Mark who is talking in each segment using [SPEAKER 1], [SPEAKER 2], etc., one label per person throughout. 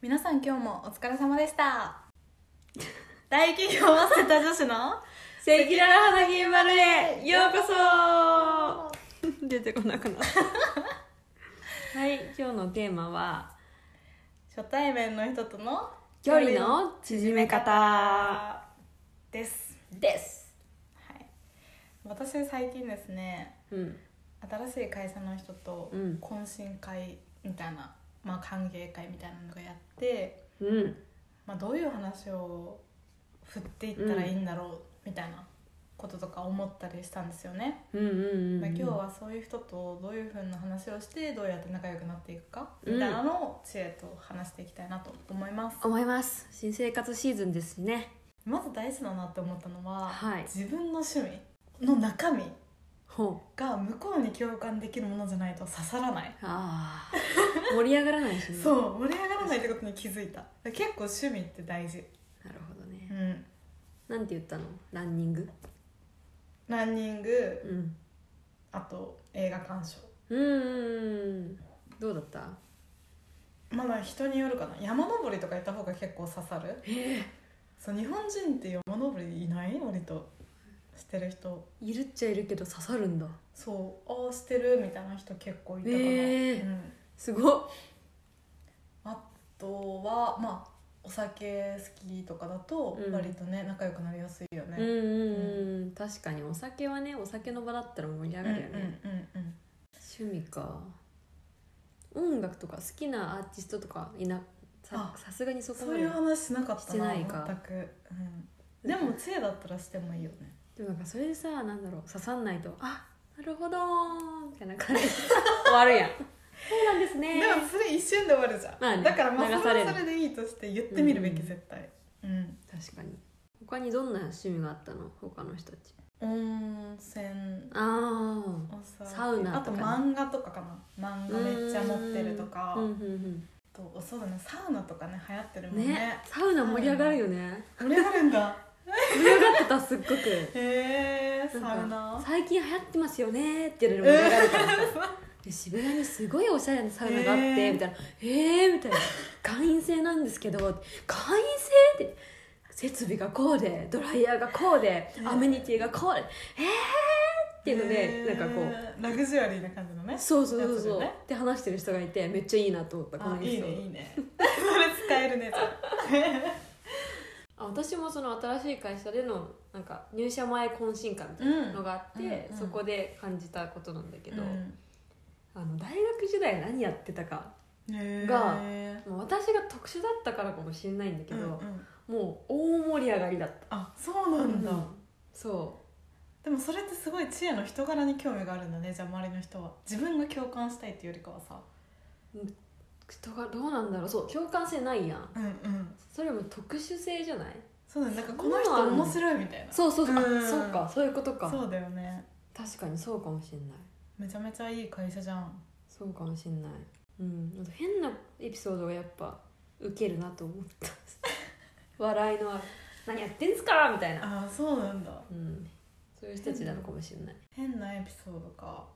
[SPEAKER 1] 皆さん今日もお疲れ様でした大企業は瀬田女子の
[SPEAKER 2] セキュララ花金丸へようこそ 出てこなくなった はい今日のテーマは
[SPEAKER 1] 初対面の人との
[SPEAKER 2] 距離の縮め方
[SPEAKER 1] です、
[SPEAKER 2] です
[SPEAKER 1] はい、私最近ですね
[SPEAKER 2] うん
[SPEAKER 1] 新しい会社の人と
[SPEAKER 2] うん
[SPEAKER 1] 懇親会みたいな、まあ、歓迎会みたいなのがやって、
[SPEAKER 2] うん
[SPEAKER 1] まあ、どういう話を振っていったらいいんだろうみたいなこととか思ったりしたんですよね、
[SPEAKER 2] うんうんうん
[SPEAKER 1] まあ、今日はそういう人とどういうふうな話をしてどうやって仲良くなっていくかみたいなのを知恵と話していきたいなと思います、
[SPEAKER 2] 思います新生活シーズンですね
[SPEAKER 1] まず大事だなって思ったのは、
[SPEAKER 2] はい
[SPEAKER 1] 自分の趣味の中身
[SPEAKER 2] ほう
[SPEAKER 1] が向こうに共感できるものじゃないと刺さらない、
[SPEAKER 2] あ ー盛り上がらないしね
[SPEAKER 1] そう盛り上がらないってことに気づいた結構趣味って大事
[SPEAKER 2] なるほど
[SPEAKER 1] う
[SPEAKER 2] ね
[SPEAKER 1] ん
[SPEAKER 2] なんて言ったのランニング
[SPEAKER 1] ランニング
[SPEAKER 2] うん
[SPEAKER 1] あと映画鑑賞
[SPEAKER 2] うーんどうだった
[SPEAKER 1] まだ人によるかな山登りとか行った方が結構刺さるそう日本人って山登りいない割としてる人
[SPEAKER 2] いるっちゃいるけど刺さるんだ
[SPEAKER 1] そうああしてるみたいな人結構いたかな、
[SPEAKER 2] えー
[SPEAKER 1] うん、
[SPEAKER 2] すごっ
[SPEAKER 1] あとはまあお酒好きとかだと
[SPEAKER 2] うん
[SPEAKER 1] 割とね、仲良くなりやすいよね、
[SPEAKER 2] うんうんうん、確かにお酒はねお酒の場だったら盛り上
[SPEAKER 1] う
[SPEAKER 2] が
[SPEAKER 1] んうん
[SPEAKER 2] るよね、
[SPEAKER 1] うん
[SPEAKER 2] 趣味か音楽とか好きなアーティストとかいなさ
[SPEAKER 1] あ
[SPEAKER 2] さすがにそこ
[SPEAKER 1] そ
[SPEAKER 2] ま
[SPEAKER 1] う
[SPEAKER 2] で
[SPEAKER 1] いう話しなかっ
[SPEAKER 2] したて
[SPEAKER 1] な
[SPEAKER 2] ないか
[SPEAKER 1] 全く、うん、でも知恵だったらしてもいいよね
[SPEAKER 2] でもなんかそれでさなんだろう刺さんないとあなるほどーみたいな感じで終わるやんそうなんです
[SPEAKER 1] で
[SPEAKER 2] ね
[SPEAKER 1] もそれ一瞬で終わるじゃん、
[SPEAKER 2] まあね
[SPEAKER 1] だからまあ
[SPEAKER 2] 流
[SPEAKER 1] そ
[SPEAKER 2] され
[SPEAKER 1] れ
[SPEAKER 2] る
[SPEAKER 1] はそれでいいとして言ってみるべき
[SPEAKER 2] うん
[SPEAKER 1] 絶対うん
[SPEAKER 2] 確かに他にどんな趣味があったの他の人たち
[SPEAKER 1] 温泉
[SPEAKER 2] あ
[SPEAKER 1] お酒
[SPEAKER 2] サウナ
[SPEAKER 1] あと
[SPEAKER 2] とか
[SPEAKER 1] 漫画とかかな
[SPEAKER 2] あ
[SPEAKER 1] 漫画めっちゃ持ってるとか、
[SPEAKER 2] うんうん
[SPEAKER 1] とそうだねサウナとかね流行ってる
[SPEAKER 2] う
[SPEAKER 1] も
[SPEAKER 2] ん
[SPEAKER 1] んね
[SPEAKER 2] ねサウナ盛り上がるよね
[SPEAKER 1] 盛り上がるん だ
[SPEAKER 2] 盛り上がってたすっごく
[SPEAKER 1] へえサ
[SPEAKER 2] な
[SPEAKER 1] ウ
[SPEAKER 2] んか
[SPEAKER 1] ナ
[SPEAKER 2] 最近流行ってますよねっていうのに盛り上がるからさ、で渋谷にすごいおしゃれなサウナがあって、
[SPEAKER 1] えー
[SPEAKER 2] みたいな「えー」みたいな「会員制なんですけど会員制?」って設備がこうでドライヤーがこうでアメニティがこうで「えー?」っていうので、
[SPEAKER 1] へー
[SPEAKER 2] なんかこう。
[SPEAKER 1] ラグジュアリーな感じのね
[SPEAKER 2] そうそうそうそう、
[SPEAKER 1] やつだよね
[SPEAKER 2] って話してる人がいてめっちゃいいなと思ったこ
[SPEAKER 1] あ
[SPEAKER 2] の
[SPEAKER 1] い
[SPEAKER 2] エ
[SPEAKER 1] い
[SPEAKER 2] ピソード
[SPEAKER 1] ねいいねそれ使えるねじゃあ
[SPEAKER 2] あ私もその新しい会社でのなんか入社前懇親会みたいなのがあって、
[SPEAKER 1] うんうん
[SPEAKER 2] そこで感じたことなんだけ
[SPEAKER 1] け
[SPEAKER 2] ど、あの大学時代何やってたか
[SPEAKER 1] が
[SPEAKER 2] がもう私が特殊だったからかもしれないんだけど、もう大盛り上がりだった
[SPEAKER 1] あそうなんだ、
[SPEAKER 2] うんそ
[SPEAKER 1] でもそれってすごい知恵の人柄に興味があるんだねじゃあ周りの人は自分が共感したいっていうよりかはさ
[SPEAKER 2] う人がどうなんだろうそう共感性ないやん
[SPEAKER 1] うんうん
[SPEAKER 2] それも特殊性じゃない
[SPEAKER 1] そうだねなんか
[SPEAKER 2] そ
[SPEAKER 1] こ
[SPEAKER 2] んな
[SPEAKER 1] の
[SPEAKER 2] の
[SPEAKER 1] 人
[SPEAKER 2] あるの
[SPEAKER 1] 面白いみたいな
[SPEAKER 2] そうそうそうあ
[SPEAKER 1] うん
[SPEAKER 2] そうかそういうことか
[SPEAKER 1] そうだよね
[SPEAKER 2] 確かにそうかもしれない
[SPEAKER 1] めちゃめちゃいい会社じゃん
[SPEAKER 2] そうかもしれないうんあと変なエピソードがやっぱウケるなと思った 笑いのある何やってんすかみたいな、
[SPEAKER 1] ああそうなんだ
[SPEAKER 2] うん、そういう人たちなのかもしれない
[SPEAKER 1] 変なエピソードか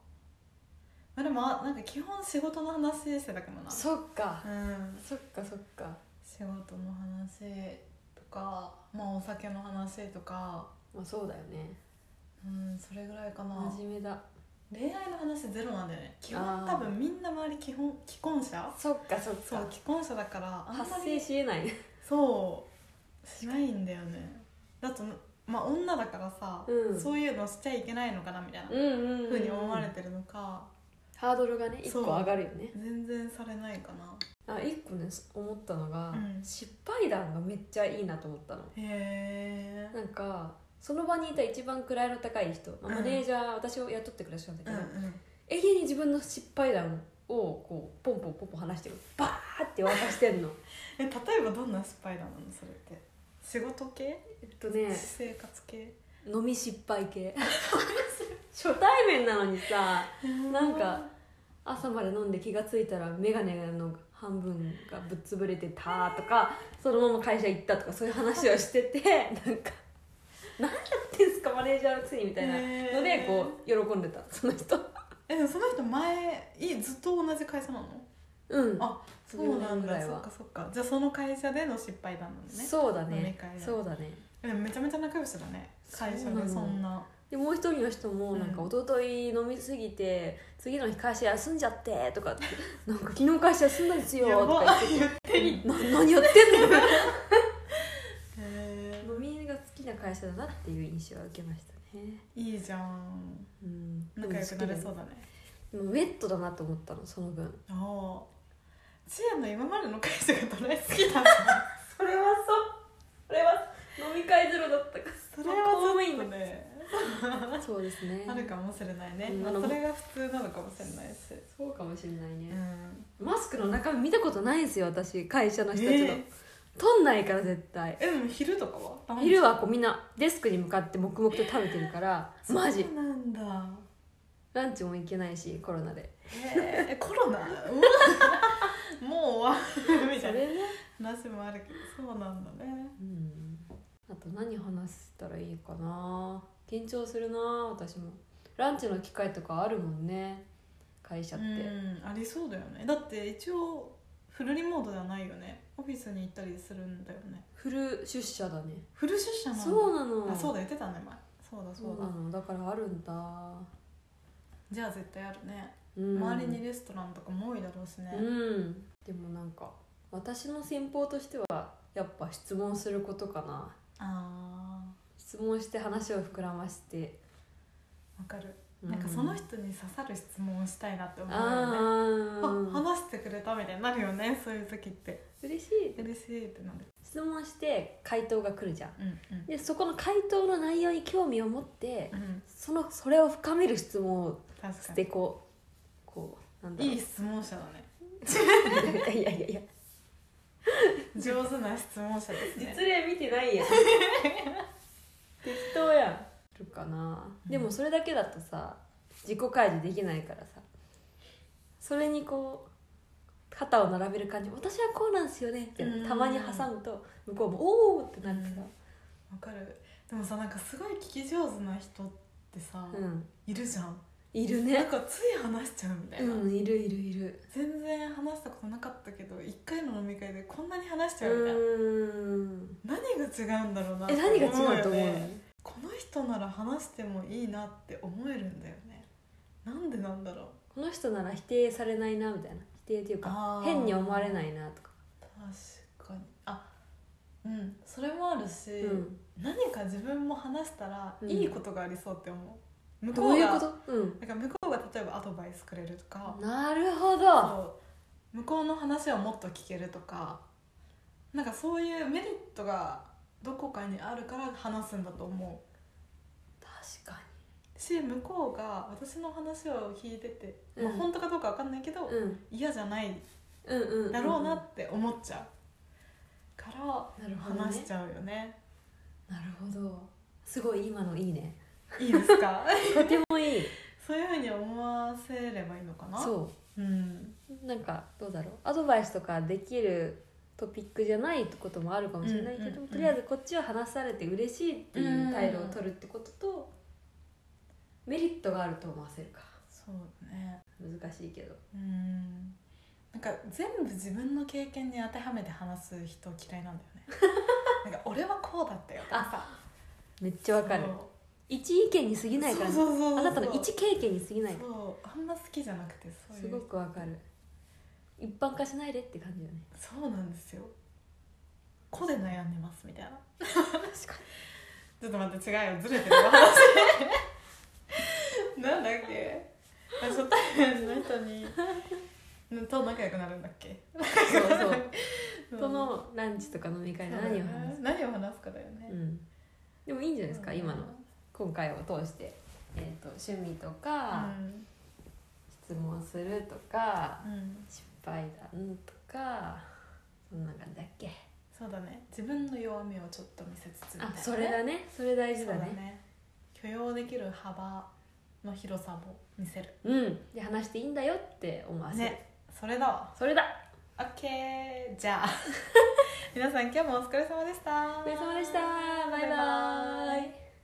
[SPEAKER 1] まあでもあなんか基本仕事の話してたかもな
[SPEAKER 2] そっか
[SPEAKER 1] うん
[SPEAKER 2] そっかそっか
[SPEAKER 1] 仕事の話とかまあお酒の話とか
[SPEAKER 2] まあそうだよね
[SPEAKER 1] うんそれぐらいかな
[SPEAKER 2] 真面目だ
[SPEAKER 1] 恋愛の話ゼロなんだよね基
[SPEAKER 2] あ
[SPEAKER 1] 本
[SPEAKER 2] ー
[SPEAKER 1] 多分みんな周り基本既婚者
[SPEAKER 2] そっかそっ
[SPEAKER 1] そ
[SPEAKER 2] か
[SPEAKER 1] う既婚者だからあんま
[SPEAKER 2] 発生
[SPEAKER 1] り
[SPEAKER 2] しえない
[SPEAKER 1] そうしないんだよねだとまあ女だからさ、
[SPEAKER 2] うん
[SPEAKER 1] そういうのしちゃいけないのかなみたいな
[SPEAKER 2] うんうんうん
[SPEAKER 1] ふうに思われてるのか
[SPEAKER 2] ハードルがね一個
[SPEAKER 1] そう
[SPEAKER 2] 上がるよね
[SPEAKER 1] 全然されないかな
[SPEAKER 2] あ一個ね思ったのが、
[SPEAKER 1] うん
[SPEAKER 2] 失敗談がめっちゃいいなと思ったの
[SPEAKER 1] へえ
[SPEAKER 2] なんかその場にいた一番位の高い人、まあ
[SPEAKER 1] うん
[SPEAKER 2] マネージャー、私を雇ってくれた人なんだ
[SPEAKER 1] う
[SPEAKER 2] け
[SPEAKER 1] んう
[SPEAKER 2] ど、
[SPEAKER 1] ん
[SPEAKER 2] 永遠に自分の失敗談をこうポンポンポンポン話してるバーって渡して んの
[SPEAKER 1] え例えばどんな失敗談なのそれって仕事系
[SPEAKER 2] えっとね
[SPEAKER 1] 私生活系
[SPEAKER 2] 飲み失敗 系初対面なのにさなんか朝まで飲んで気が付いたら眼鏡の半分がぶっ潰れてたとかそのまま会社行ったとかそういう話をして てなんか「何やってんすかマネージャーのくせに」みたいなの
[SPEAKER 1] へー
[SPEAKER 2] でこう喜んでたその人
[SPEAKER 1] えでもその人前いずっと同じ会社なの
[SPEAKER 2] うん
[SPEAKER 1] あそうな
[SPEAKER 2] 10年
[SPEAKER 1] ん
[SPEAKER 2] ぐら
[SPEAKER 1] だ
[SPEAKER 2] い
[SPEAKER 1] そ
[SPEAKER 2] は
[SPEAKER 1] っかそっかじゃあその会社での失敗談なのね
[SPEAKER 2] そうだ
[SPEAKER 1] 飲み
[SPEAKER 2] ね
[SPEAKER 1] 会だ
[SPEAKER 2] そうだね
[SPEAKER 1] でもめちゃめちゃ仲良しだね最初でそんな
[SPEAKER 2] でもう一人の人もなんか
[SPEAKER 1] うん
[SPEAKER 2] 一昨日飲みすぎて、次の日会社休んじゃってと かってなんか昨日会社休んだんですよ
[SPEAKER 1] や
[SPEAKER 2] と
[SPEAKER 1] ば
[SPEAKER 2] か
[SPEAKER 1] 言って
[SPEAKER 2] 言
[SPEAKER 1] る
[SPEAKER 2] ってな何やってんの
[SPEAKER 1] へ
[SPEAKER 2] 飲みが好きな会社だなっていう印象は受けましたね
[SPEAKER 1] ーいいじゃん
[SPEAKER 2] うん
[SPEAKER 1] 仲良くなれそううだね
[SPEAKER 2] でもウェットだなと思ったのその分
[SPEAKER 1] ああ知恵の今までの会社がどれ好き なんだ
[SPEAKER 2] それはそうそれは飲み会ゼロだったか
[SPEAKER 1] それはちょっとね
[SPEAKER 2] らそうですね
[SPEAKER 1] あるかもしれないね、
[SPEAKER 2] うん
[SPEAKER 1] まあ、それが普通なのかもしれないし、
[SPEAKER 2] そうかもしれないうね、
[SPEAKER 1] ん、
[SPEAKER 2] マスクの中身見たことないんですよ私会社の人たちの、
[SPEAKER 1] え
[SPEAKER 2] 取んないから絶対
[SPEAKER 1] えでも昼とかは
[SPEAKER 2] 昼はこうみんなデスクに向かって黙々と食べてるからマジ
[SPEAKER 1] そうなんだ
[SPEAKER 2] ランチも行けないしコロナで
[SPEAKER 1] えー、コロ ナうんもう終わるみたいな
[SPEAKER 2] ね、
[SPEAKER 1] 話もあるけどそうなんだね
[SPEAKER 2] うん、あと何話したらいいかな緊張するな私もランチの機会とかあるもんね会社って、
[SPEAKER 1] うんありそうだよねだって一応フルリモートではないよねオフィスに行ったりするんだよね
[SPEAKER 2] フル出社だね
[SPEAKER 1] フル出社なんだ
[SPEAKER 2] そうなの
[SPEAKER 1] あそうだ言ってたね前そうだ
[SPEAKER 2] そ
[SPEAKER 1] そう
[SPEAKER 2] う
[SPEAKER 1] だ、
[SPEAKER 2] なのだからあるんだ、
[SPEAKER 1] じゃあ絶対あるね、
[SPEAKER 2] うん、
[SPEAKER 1] 周りにレストランとかも多いだろうしね、
[SPEAKER 2] うんでもなんか私の戦法としてはやっぱ質問することかな
[SPEAKER 1] あ
[SPEAKER 2] 質問して話を膨らまして、
[SPEAKER 1] ーわかる、
[SPEAKER 2] う
[SPEAKER 1] なんかその人に刺さる質問をしたいなって思うよねあ
[SPEAKER 2] ああ
[SPEAKER 1] 話してくれたみたいになるよねそういう時って
[SPEAKER 2] 嬉しい
[SPEAKER 1] 嬉しいってなる
[SPEAKER 2] 質問して回答が来るじゃん
[SPEAKER 1] うん
[SPEAKER 2] でそこの回答の内容に興味を持って
[SPEAKER 1] うんうん
[SPEAKER 2] そのそれを深める質問を
[SPEAKER 1] 確か
[SPEAKER 2] してこうこうなんだ
[SPEAKER 1] に
[SPEAKER 2] ろう
[SPEAKER 1] いい質問者だね
[SPEAKER 2] いやいやいや
[SPEAKER 1] 上手な質問者ですね
[SPEAKER 2] 例見てないやん適当やんるかな
[SPEAKER 1] うん
[SPEAKER 2] でもそれだけだとさ自己開示できないからさそれにこう肩を並べる感じ私はこうなんですよねって
[SPEAKER 1] うん
[SPEAKER 2] たまに挟むと向こうも「おお!」ってなるから
[SPEAKER 1] わかるでもさなんかすごい聞き上手な人ってさ、
[SPEAKER 2] うん
[SPEAKER 1] いるじゃん
[SPEAKER 2] い
[SPEAKER 1] な
[SPEAKER 2] る
[SPEAKER 1] ん
[SPEAKER 2] ね
[SPEAKER 1] かつい話しちゃうみたいな、
[SPEAKER 2] うんいるいるいる
[SPEAKER 1] 全然話したことなかったけど一回の飲み会でこんなに話し
[SPEAKER 2] う
[SPEAKER 1] ちゃうみたいな、
[SPEAKER 2] ーん
[SPEAKER 1] 何が違うんだろうな
[SPEAKER 2] え何が違うと
[SPEAKER 1] よ
[SPEAKER 2] 思うの
[SPEAKER 1] ねこの人なら話してもいいなって思えるんだよねなんでなんだろう
[SPEAKER 2] この人なら否定されないなみたいな否定っていう
[SPEAKER 1] あ
[SPEAKER 2] か
[SPEAKER 1] ー
[SPEAKER 2] 変に思われないなとか
[SPEAKER 1] 確かにあうんそれもあるし、
[SPEAKER 2] うん
[SPEAKER 1] 何か自分も話したら
[SPEAKER 2] うん
[SPEAKER 1] いいことがありそうって思う、向
[SPEAKER 2] ど
[SPEAKER 1] こ
[SPEAKER 2] う
[SPEAKER 1] う
[SPEAKER 2] いう
[SPEAKER 1] が
[SPEAKER 2] ことうん
[SPEAKER 1] なんか向こうが例えばアドバイスくれるとか、
[SPEAKER 2] なるほど
[SPEAKER 1] そう向こうの話をもっと聞けるとかなんかそういうメリットがどこかにあるから話すんだと思
[SPEAKER 2] 確かに
[SPEAKER 1] うし向こうが私の話を聞いてて、まあ
[SPEAKER 2] うん
[SPEAKER 1] 本当かどうかわかんないけど、
[SPEAKER 2] うん
[SPEAKER 1] 嫌じゃない
[SPEAKER 2] うんうんうん
[SPEAKER 1] だろうなって思っちゃうから
[SPEAKER 2] なるほどね
[SPEAKER 1] 話しちゃうよね
[SPEAKER 2] なるほどすごい今のいいね
[SPEAKER 1] いいですか
[SPEAKER 2] とてもいい
[SPEAKER 1] そういうふうに思わせればいいのかなう、
[SPEAKER 2] そ
[SPEAKER 1] ん、
[SPEAKER 2] うなんかどうだろうアドバイスとかできるトピックじゃないこともあるかもしれないけ
[SPEAKER 1] うんうん
[SPEAKER 2] ど、
[SPEAKER 1] うん
[SPEAKER 2] とりあえずこっちは話されて嬉しいっていう態度を取るってことと、メリットがあると思わせるか
[SPEAKER 1] そうだね
[SPEAKER 2] 難しいけど
[SPEAKER 1] うんなんか全部自分の経験に当てはめて話す人嫌いなんだ よねなんか俺はこうだったよとかさ
[SPEAKER 2] めっちゃわかる
[SPEAKER 1] そう
[SPEAKER 2] 一意見に過ぎないからね
[SPEAKER 1] そうそうそうそう
[SPEAKER 2] あなたの一経験に過ぎないか
[SPEAKER 1] そうあんま好きじゃなくてそう
[SPEAKER 2] ら
[SPEAKER 1] いう
[SPEAKER 2] すごくわかる一般化しないでって感じよね
[SPEAKER 1] そうなんですよ個で悩んでますみたいな
[SPEAKER 2] 確か
[SPEAKER 1] ちょっと待って違うよずれてるわ話なんだっけあ初対面の人にと仲良くなるんだっけ
[SPEAKER 2] にそうそう
[SPEAKER 1] うん
[SPEAKER 2] このランチとか飲み会で何を話す
[SPEAKER 1] 何を話すかだよ
[SPEAKER 2] か、
[SPEAKER 1] ね、
[SPEAKER 2] うん、でもいいんじゃないですか、
[SPEAKER 1] うん
[SPEAKER 2] 今の今回を通して、えー、と趣味とか、質問するとか
[SPEAKER 1] うん、うん、
[SPEAKER 2] 失敗談とかそんな感じだっけ
[SPEAKER 1] そうだね自分の弱みをちょっと見せつつみたいな
[SPEAKER 2] あ
[SPEAKER 1] ね
[SPEAKER 2] それだねそれ大
[SPEAKER 1] そ
[SPEAKER 2] 事
[SPEAKER 1] う
[SPEAKER 2] だ
[SPEAKER 1] だ
[SPEAKER 2] ね
[SPEAKER 1] ね許容できる幅の広さも見せる
[SPEAKER 2] うんで話していいんだよって思わせる、
[SPEAKER 1] ねそれだわ
[SPEAKER 2] それだ
[SPEAKER 1] オッケーじ ゃあ皆さん今日もお疲れ様でした
[SPEAKER 2] お疲れ様でしたバイバイ